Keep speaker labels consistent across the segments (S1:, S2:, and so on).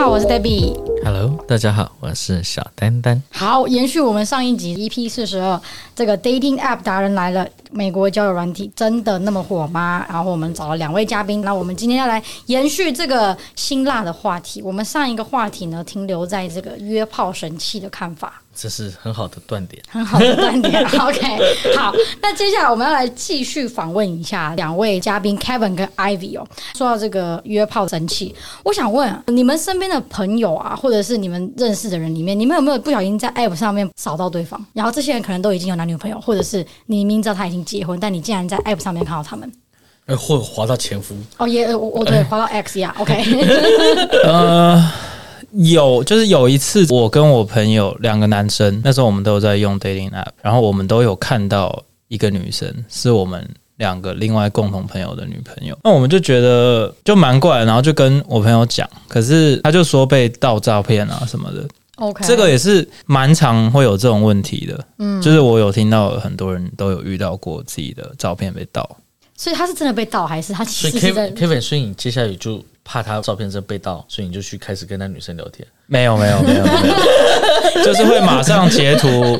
S1: 好，我是 Debbie。
S2: Hello，大家好，我是小丹丹。
S1: 好，延续我们上一集 EP 四十二，这个 dating app 达人来了，美国交友软体真的那么火吗？然后我们找了两位嘉宾，那我们今天要来延续这个辛辣的话题。我们上一个话题呢，停留在这个约炮神器的看法。
S2: 这是很好的断点。
S1: 很好的观点。OK，好，那接下来我们要来继续访问一下两位嘉宾 Kevin 跟 Ivy 哦。说到这个约炮神器，我想问你们身边的朋友啊，或者是你们认识的人里面，你们有没有不小心在 App 上面扫到对方？然后这些人可能都已经有男女朋友，或者是你明知道他已经结婚，但你竟然在 App 上面看到他们。
S2: 哎，或滑到前夫，
S1: 哦，也我我对滑到 X 呀，OK，
S3: 有，就是有一次，我跟我朋友两个男生，那时候我们都有在用 dating app，然后我们都有看到一个女生，是我们两个另外共同朋友的女朋友。那我们就觉得就蛮怪的，然后就跟我朋友讲，可是他就说被盗照片啊什么的。
S1: OK，
S3: 这个也是蛮常会有这种问题的，嗯，就是我有听到很多人都有遇到过自己的照片被盗。
S1: 所以他是真的被盗，还是他其
S2: 所以
S1: 实是在
S2: Kevin Kevin，所以你接下来就怕他照片真被盗，所以你就去开始跟那女生聊天。
S3: 没有没有没有 没有，就是会马上截图。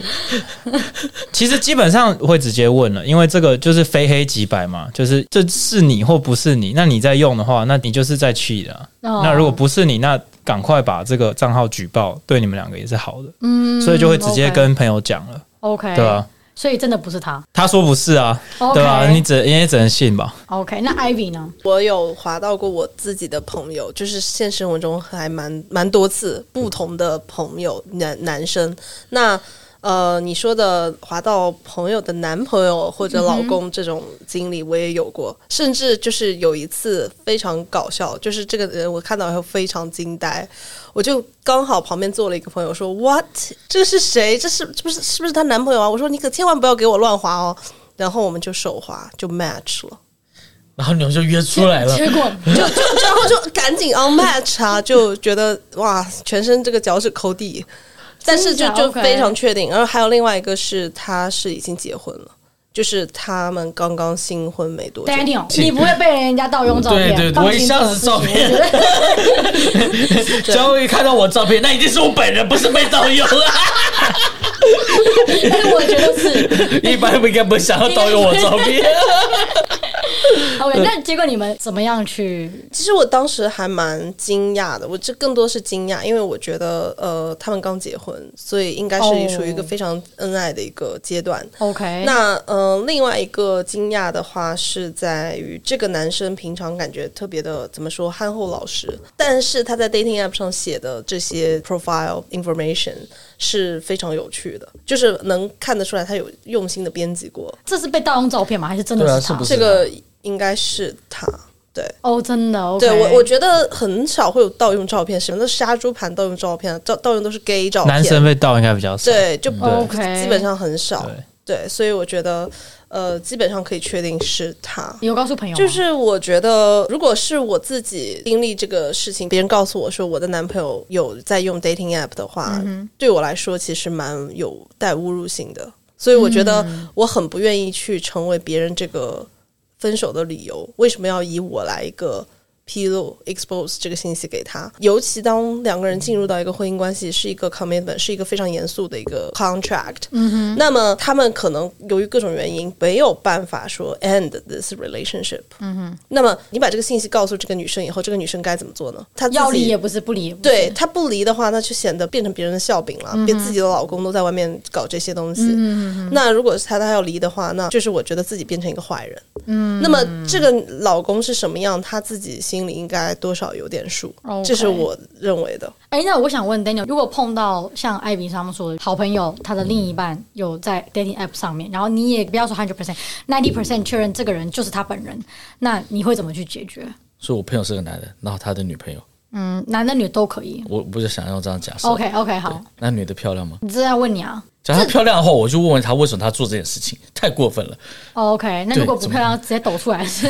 S3: 其实基本上会直接问了，因为这个就是非黑即白嘛，就是这是你或不是你。那你在用的话，那你就是在气的啊、
S1: 哦
S3: 那如果不是你，那赶快把这个账号举报，对你们两个也是好的。嗯，所以就会直接
S1: OK
S3: 跟朋友讲了，
S1: OK，
S3: 对吧、啊？
S1: 所以真的不是他
S3: 他说不是啊，
S1: ，OK，
S3: 对吧、你只你也只能信吧。
S1: OK，那 Ivy 呢？
S4: 我有划到过我自己的朋友，就是现实生活中还蛮蛮多次不同的朋友男男生。那呃，你说的划到朋友的男朋友或者老公这种经历，我也有过，甚至就是有一次非常搞笑，就是这个人我看到以后非常惊呆，我就刚好旁边坐了一个朋友说：“What？这是谁？这是这不是是不是她男朋友啊？”我说：“你可千万不要给我乱划哦。”然后我们就手滑，就 match 了。
S2: 然后你们就约出来了，
S1: 结果
S4: 然后就赶紧 unmatch 啊，就觉得哇，全身这个脚趾抠地，但是就
S1: 真假
S4: 就
S1: OK
S4: 非常确定。然后还有另外一个是，他是已经结婚了，就是他们刚刚新婚没多 久。
S1: Daniel，你不会被人家盗用照片？
S2: 对对
S1: 放
S2: 我
S1: 心
S2: 一下子照片。终于看到我照片，那一定是我本人，不是被盗 用啊！
S1: 但 是我觉得是
S2: 一般不应该不会想要盗用我照 片。
S1: OK。那结果你们怎么样去？
S4: 其实我当时还蛮惊讶的，我这更多是惊讶，因为我觉得呃，他们刚结婚，所以应该
S1: 哦
S4: 是属于一个非常恩爱的一个阶段。
S1: OK，
S4: 那呃，另外一个惊讶的话是在于这个男生平常感觉特别的怎么说憨厚老实，但是他在 dating app 上写的这些 profile information 是非常有趣的，就是能看得出来他有用心的编辑过。
S1: 这是被盗用照片吗？还是真的
S2: 对啊
S1: 他？
S2: 是不是
S4: 这个应该是他。对
S1: 哦，真的 OK。
S4: 对我我觉得很少会有盗用照片，什么都是杀猪盘盗用照片，盗盗用都是 gay 照片，
S3: 男生被盗应该比较少。
S4: 对就不、
S1: 嗯对
S4: 基本上很少
S3: 对，
S4: 对，所以我觉得呃，基本上可以确定是他。
S1: 有告诉朋友吗，
S4: 就是我觉得，如果是我自己经历这个事情，别人告诉我说我的男朋友有在用 dating app 的
S1: 嗯
S4: 话，对我来说其实蛮有带侮辱性的，所以我觉得
S1: 嗯
S4: 我很不愿意去成为别人这个分手的理由。为什么要以我来一个？披露 expose 这个信息给他，尤其当两个人进入到一个婚姻关系，是一个 commitment，是一个非常严肃的一个 contract。那么他们可能由于各种原因没有办法说 end this relationship。嗯哼，那么你把这个信息告诉这个女生以后，这个女生该怎么做呢？她自己
S1: 要离也不是，不离也不是。
S4: 对她不离的话，那就显得变成别人的笑柄了，别自己的老公都在外面搞这些东西。那如果是她她要离的话，那就是我觉得自己变成一个坏人。嗯，那么这个老公是什么样，她自己心里应该多少有点数
S1: OK
S4: 这是我认为的。
S1: 哎，那我想问 Daniel，如果碰到像艾比他们说的好朋友，他的另一半有在 dating app 上面，然后你也不要说 hundred percent ninety percent 确认这个人就是他本人，那你会怎么去解决？
S2: 所以我朋友是个男的，然后他的女朋友，
S1: 嗯，男的女的都可以。
S2: 我不是想要这样假设。
S1: OK OK，好，
S2: 那女的漂亮吗？
S1: 你这要问你啊。
S2: 假如她漂亮的话，我就问问她为什么她做这件事情，太过分了。
S1: 哦 OK，那如果不
S2: 怎么
S1: 漂亮，直接抖 出来是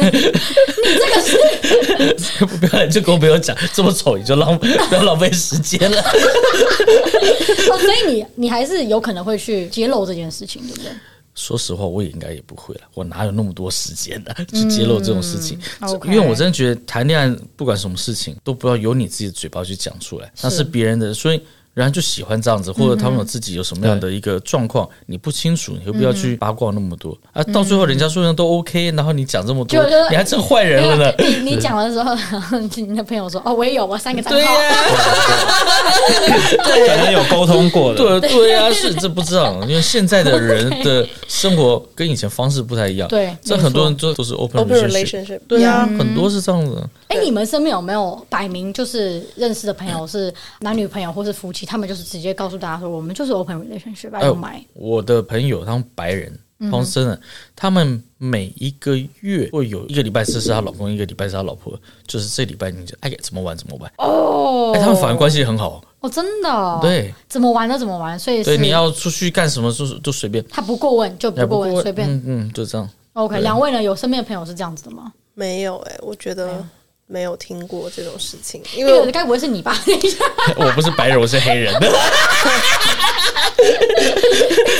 S2: 不要就跟我朋友讲，这么丑你就浪不要浪费时间了。
S1: 哦，所以你你还是有可能会去揭露这件事情，对不对？
S2: 说实话，我也应该也不会了，我哪有那么多时间呢、 去揭露这种事情？
S1: 嗯 OK
S2: 因为我真的觉得谈恋爱不管什么事情都不要由你自己的嘴巴去讲出来，那是别人的，所以。人家就喜欢这样子，或者
S1: 嗯
S2: 他们有自己有什么样的一个状况，你不清楚，你何必要
S1: 嗯
S2: 去八卦那么多啊？到最后人家说人都 OK，然后你讲这么多
S1: 就就，
S2: 你还成坏人了呢。
S1: 你你讲的时候，然后 你的朋友说：“哦，我也有，我三个账
S2: 对
S1: 号。
S2: 呀、
S3: 可能有沟通过的。
S2: 对对呀、是这不知道，因为现在的人的生活跟以前方式不太一样。
S1: 对
S2: 这
S1: 没
S2: 很多
S1: 错
S2: 人都都是 open
S4: open
S2: relationship。
S4: relationship，嗯
S2: 对呀、很多是这样子。
S1: 哎，你们身边有没有摆明就是认识的朋友是男女朋友或是夫妻，他们就是直接告诉大家说，我们就是 open relationship，哎
S2: 哎
S1: 呦妈呀，
S2: 我的朋友他们白人，
S1: 嗯
S2: 他们真的，他们每一个月会有一个礼拜是是她老公，一个礼拜是她老婆，就是这礼拜你就哎怎么玩怎么玩。
S1: 哦
S2: 哎，他们反而关系很好。
S1: 哦，真的哦，
S2: 对
S1: 怎么玩都怎么玩，所以
S2: 对，
S1: 是
S2: 你要出去干什么就是都随便，
S1: 他不过问就不过问，随便。
S2: 嗯嗯，就这样。
S1: OK，
S2: 对
S1: 两位呢有身边的朋友是这样子的吗？
S4: 没有哎、我觉得没有听过这种事情，因
S1: 这
S4: 为
S1: 个该不会是你吧？
S2: 我不是白人，我是黑人。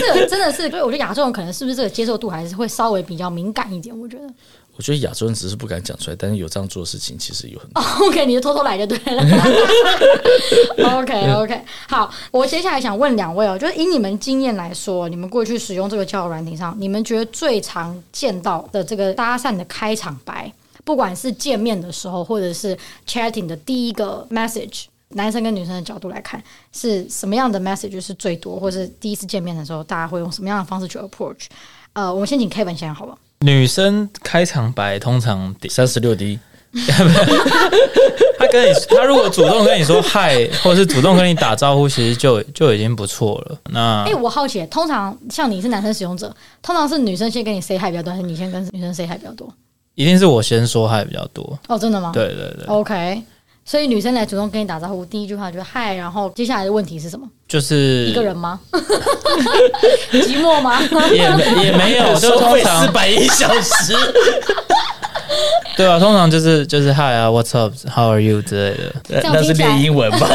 S1: 这个真的是，我觉得亚洲人可能是不是这个接受度还是会稍微比较敏感一点？我觉得。
S2: 我觉得亚洲人只是不敢讲出来，但是有这样做的事情其实有很多。
S1: OK，你就偷偷来就对了。OK OK，好，我接下来想问两位哦，就是以你们经验来说，你们过去使用这个交友软体上，你们觉得最常见到的这个搭讪的开场白，不管是见面的时候，或者是 chatting 的第一个 message。男生跟女生的角度来看，是什么样的 message 是最多，或是第一次见面的时候，大家会用什么样的方式去 approach？呃，我们先请 Kevin 先好了。
S3: 女生开场白通常得
S2: 三十六 D，
S3: 她跟你，她如果主动跟你说嗨，或是主动跟你打招呼，其实就就已经不错了。那
S1: 哎、我好奇，通常像你是男生使用者，通常是女生先跟你 say hi 比较多，还是你先跟女生 say hi 比较多？
S3: 一定是我先说嗨比较多。
S1: 哦，真的吗？
S3: 对对对，
S1: ，OK。所以女生来主动跟你打招呼，第一句话就是嗨，然后接下来的问题是什么？
S3: 就是
S1: 一个人 吗？寂寞吗？
S3: 也没也没有，就 通
S2: 四
S3: 常
S2: 百一小时。
S3: 对啊，通常就是就是嗨啊，What's up，How are you 之类的。
S1: 这样听起来
S2: 英文吧？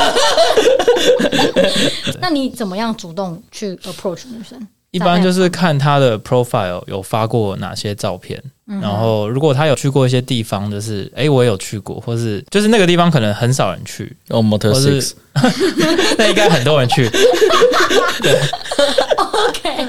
S1: 那你怎么样主动去 approach 女生？
S3: 一般就是看他的 profile 有发过哪些照片，
S1: 嗯
S3: 然后如果他有去过一些地方，就是诶，我有去过，或是就是那个地方可能很少人去，
S2: 哦，Motor
S3: 或是
S2: Six，
S3: 那应该很多人去，
S1: OK，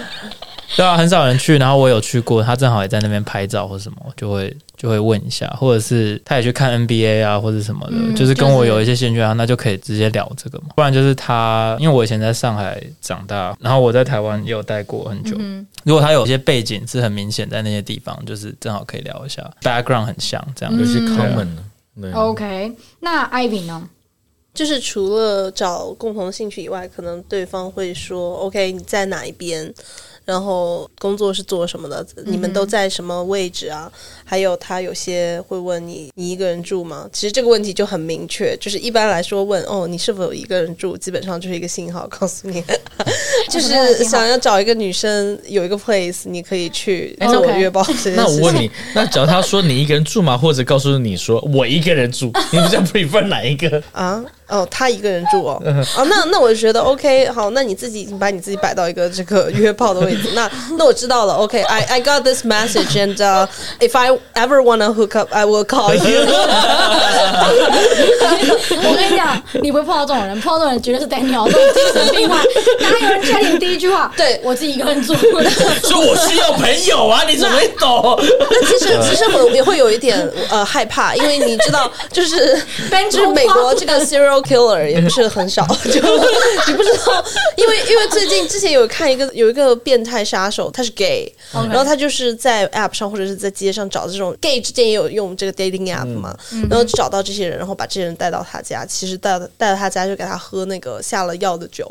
S3: 对啊，很少人去，然后我有去过，他正好也在那边拍照或什么，就会就会问一下，或者是他也去看 NBA 啊，或者什么的，
S1: 嗯
S3: 就是跟我
S1: 就是
S3: 有一些兴趣啊，那就可以直接聊这个嘛。不然就是他，因为我以前在上海长大，然后我在台湾也有待过很久。
S1: 嗯
S3: 如果他有一些背景是很明显在那些地方，就是正好可以聊一下，background 很像这
S1: 嗯
S3: 样。
S2: 有些
S3: 对啊
S2: common 呢。对
S1: 哦 OK，那 Ivy 呢？
S4: 就是除了找共同兴趣以外，可能对方会说 OK 你在哪一边，然后工作是做什么的，你们都在什么位置啊？还有他有些会问你你一个人住吗？其实这个问题就很明确，就是一般来说问哦你是否一个人住，基本上就是一个信号告诉你，就是想要找一个女生有一个 place 你可以去自我
S1: OK
S4: 约炮这件事情。
S2: 那我问 你，那只要他说你一个人住吗？或者告诉你说 我一个人住，你比较 prefer 哪一个？
S4: 啊，哦，他一个人住哦，哦，那那我就觉得 OK，好，那你自己已经把你自己摆到一个这个约炮的位置，那那我知道了，OK，I、I got this message and、uh, if I ever wanna hook up, I will call you 。
S1: 我跟你讲，你不会碰到这种人，碰到这种人绝对是 Daniel 这种精神病患。 哪有人 c h 第一句话？
S4: 对
S1: 我自己一个人住。
S2: 说我需要朋友啊，你怎么会懂？
S4: 那其实其实我也会有一点呃害怕，因为你知道，就是 就是美国这个 serial killer 也不是很少， 就你不知道，因为因为最近之前有看一个有一个变态杀手，他是 gay，
S1: OK
S4: 然后他就是在 app 上或者是在街上找这种 gay 之间也有用这个 dating app 嘛，
S1: 嗯
S4: 然后就找到这些人，然后把这些人带到他家，其实带到带到他家就给他喝那个下了药的酒，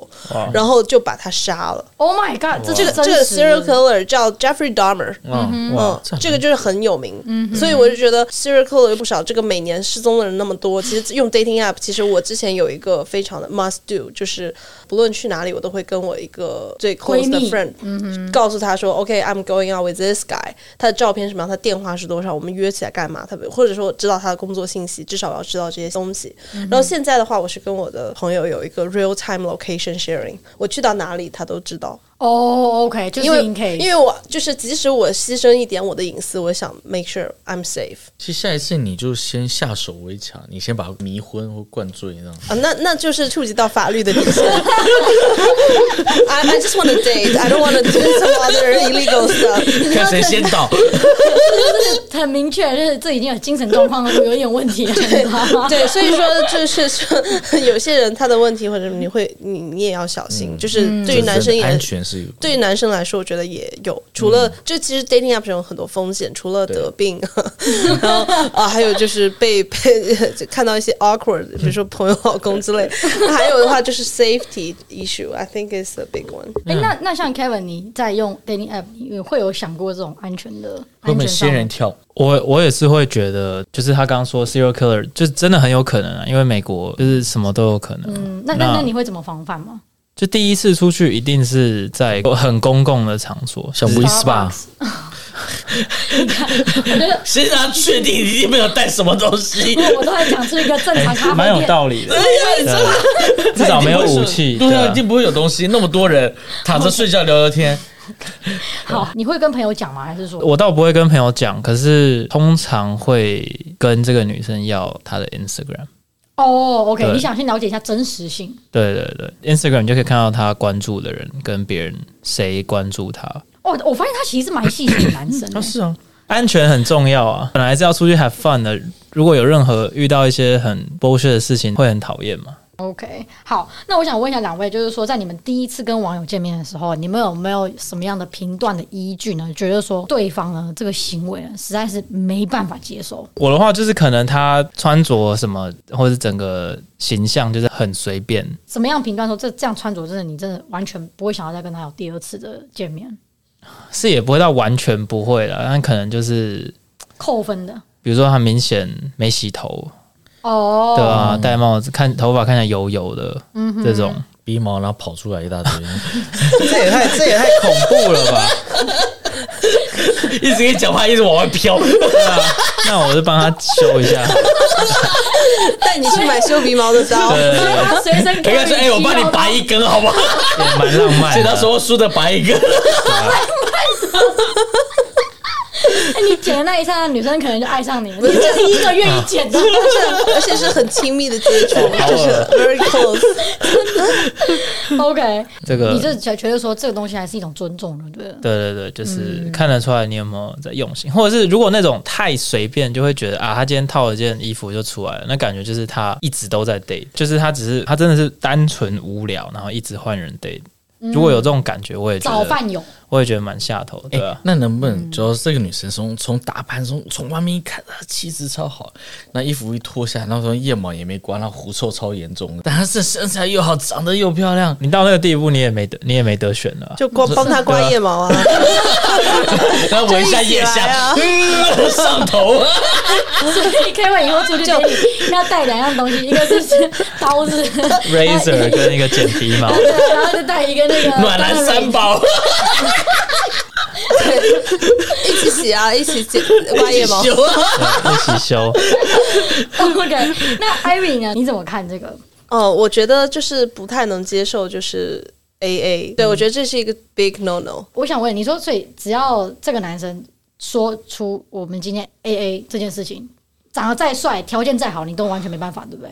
S4: 然后就把他杀了。
S1: Oh my god！这
S4: 这个
S1: 真
S4: 这个
S1: 实
S4: serial killer 叫 Jeffrey Dahmer，
S3: 啊哦
S2: 嗯，
S4: 嗯
S2: 哇，，
S4: 这个就是很有名，所以我就觉得 serial killer 有不少，这个每年失踪的人那么多，其实用 dating app，其实我之前有一个非常的 must do，就是不论去哪里，我都会跟我一个最 close 的
S1: 闺蜜
S4: friend，告诉他说，OK，I'm、going out with this guy，他的照片是什么样，他电话是多少，我们约起来干嘛？他或者说我知道他的工作信息，至少我要知道这些东西。然后现在的话，我是跟我的朋友有一个 real time location sharing，我去到哪里他都知道。
S1: 哦，OK，就是
S4: 因为
S1: in case，
S4: 因为我就是即使我牺牲一点我的隐私，我想 make sure I'm safe
S2: 其实下一次你就先下手为强，你先把他迷昏或灌醉 这样。
S4: 啊，那那就是触及到法律的底线。I I just want to date, I don't want to do some other illegal stuff。
S2: 看谁先倒，
S1: 就是 很明确，就是这已经有精神状况有点问题了，你知道吗？
S4: 对，啊所以说就是说， 有些人他的问题或者你会你你也要小心，就是
S1: 嗯
S4: 对于男生也
S2: 安全嗯是有关
S4: 对于男生来说，我觉得也有。除了这，其实 dating app 上有很多风险，除了得病， 然后啊，还有就是被 被就看到一些 awkward，比如 说朋友、老公之类。还有的话就是 safety issue，I think is a big one。
S1: 哎、那那像 Kevin，你在用 dating app，你会有想过这种安全的
S2: 会
S1: 安
S2: 不会
S1: 全上
S2: 仙人
S1: 面？
S2: 跳？
S3: 我我也是会觉得，就是他刚刚说 serial killer，就是真的很有可能啊，因为美国就是什么都有可能。
S1: 嗯，那那那你会怎么防范吗？
S3: 就第一次出去一定是在很公共的场所，
S2: 像
S3: 就是
S2: V SPA，先让他确定你一定没有带什么东西。
S1: 因为我都在讲是一个正常咖啡
S3: 哎蛮有
S1: 店，
S3: 道
S2: 哎
S3: 理的，对 至少没有武器。
S2: 对啊，
S3: 啊
S2: 一定不会有东西。那么多人躺着睡觉聊聊天，
S1: 好，你会跟朋友讲吗？还是说
S3: 我倒不会跟朋友讲，可是通常会跟这个女生要她的 Instagram。
S1: 哦，OK，
S3: 对
S1: 你想先了解一下真实性？
S3: 对对对，Instagram 你就可以看到她关注的人跟别人谁关注她，
S1: 哦，我发现他其实是蛮细心的男生、欸，
S2: 是啊，
S3: 安全很重要啊。本来是要出去 have fun 的，如果有任何遇到一些很 bullshit 的事情，会很讨厌嘛。
S1: OK，好，那我想问一下两位，就是说，在你们第一次跟网友见面的时候，你们有没有什么样的评断的依据呢？觉得说对方呢这个行为呢，实在是没办法接受。
S3: 我的话就是可能她穿着什么，或者整个形象就是很随便，
S1: 怎么样评断说这这样穿着，真的你真的完全不会想要再跟他有第二次的见面，
S3: 是也不会到完全不会了，但可能就是
S1: 扣分的
S3: 比如说她明显没洗头，
S1: 哦。
S3: 对啊，戴帽子，看头发看起来油油的，这种
S2: 鼻毛然后跑出来一大堆，
S3: 这也太这也太恐怖了吧？
S2: 一直跟你讲话，一直往外 飘。
S3: 那我就帮他修一下，
S4: 带你去买修鼻毛的 刀，
S3: 对，
S1: 所以他 随身
S2: 他
S1: carry
S2: 说：“哎，我帮你拔一根好不好
S3: 也蛮浪？”漫
S2: 所以
S3: 的。啊
S2: 那时候输的拔一根，
S1: 哎你剪的那一刹那，女生可能就爱上你了。你这是一个愿意剪 的，
S4: 而且是很亲密的接触，
S3: 好
S4: 就是 very close。
S1: OK，
S3: 这个
S1: 你是觉得说这个东西还是一种尊重，对不对？
S3: 对对对，
S1: 嗯
S3: 就是看得出来你有没有在用心，或者是如果那种太随便，就会觉得啊，他今天套了件衣服就出来了，那感觉就是他一直都在 date，就是他只是他真的是单纯无聊，然后一直换人 date。如果有这种感觉，我也觉
S1: 嗯早
S3: 得，
S1: 饭哎有，
S3: 我也觉得蛮下头的，对啊。
S2: 那能不能主要是这个女生从从打扮从从外面一看，她气质超好，那衣服一脱下来，那时候腋毛也没刮，那狐臭超严重的，但她是身材又好，长得又漂亮，
S3: 你到那个地步，你也没得，你也没得选了啊。
S4: 就 光帮他刮腋毛啊，
S2: 然后闻一下腋
S4: 就一起来
S2: 下
S4: 啊，
S2: 嗯 上头啊，
S1: 所以 Kevin 以后出去就要带两样东西，一个是刀子
S3: razor 跟一个剪皮毛，
S1: 对，然后就带一个那个
S2: 暖男三，宝，
S4: 对，一起洗啊，一 起剪刮腋 毛。
S2: 有啊，
S3: 一起修。
S1: OK，那 Ivy 呢？你怎么看这个？
S4: 哦，我觉得就是不太能接受，就是 A A。对，我觉得这是一个 big no no。
S1: 我想问你说，所以只要这个男生说出我们今天 AA 这件事情，长得再帅，条件再好，你都完全没办法，对不对？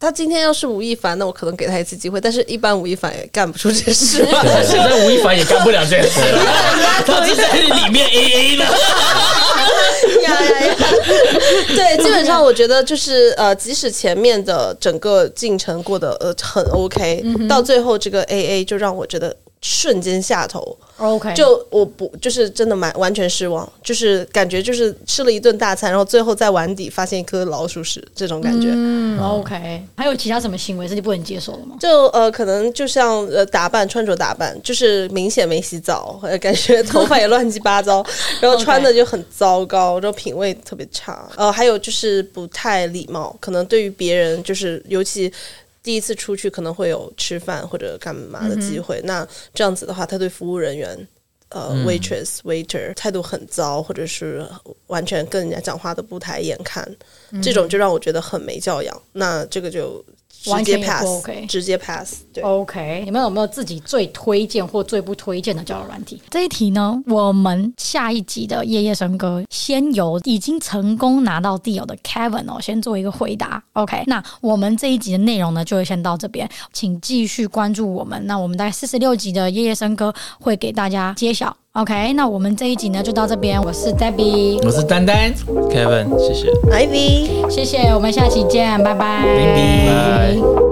S4: 他今天要是吴亦凡，那我可能给他一次机会，但是一般吴亦凡也干不出这事。
S2: 现在吴亦凡也干不了这件事了， 他是在里面 A A 呢。
S4: 呀呀呀！对，基本上我觉得就是呃，即使前面的整个进程过得呃很 OK，、到最后这个 AA 就让我觉得瞬间下头，
S1: OK，
S4: 就我不就是真的蛮完全失望，就是感觉就是吃了一顿大餐，然后最后在碗底发现一颗老鼠屎这种感觉。
S1: 嗯 OK。还有其他什么行为是你不能接受的吗？
S4: 就呃，可能就像呃打扮穿着打扮，就是明显没洗澡，呃，感觉头发也乱七 八糟，然后
S1: OK
S4: 穿的就很糟糕，然后品味特别差。呃，还有就是不太礼貌，可能对于别人就是尤其。第一次出去可能会有吃饭或者干嘛的机
S1: 嗯
S4: 会，那这样子的话，他对服务人员，呃、w a i t r e s s waiter 态度很糟，或者是完
S1: 嗯
S4: 全跟人家讲话都不抬眼看，这种就让我觉得很没教养。那这个就直
S1: 完
S4: 接
S1: 全也不
S4: pass，
S1: OK
S4: 直接 pass。对，
S1: 哦 OK，你们有没有自己最推荐或最不推荐的交友软体？这一题呢，我们下一集的夜夜笙歌先由已经成功拿到 deal 的 Kevin 哦，先做一个回答。OK，那我们这一集的内容呢，就会先到这边，请继续关注我们。那我们大概四十六集的夜夜笙歌会给大家揭晓。OK，那我们这一集呢就到这边，我是 Debbie，
S2: 我是丹丹。
S3: Kevin，谢谢。
S4: Ivy。
S1: 谢谢，我们下期见，拜拜，
S2: 拜拜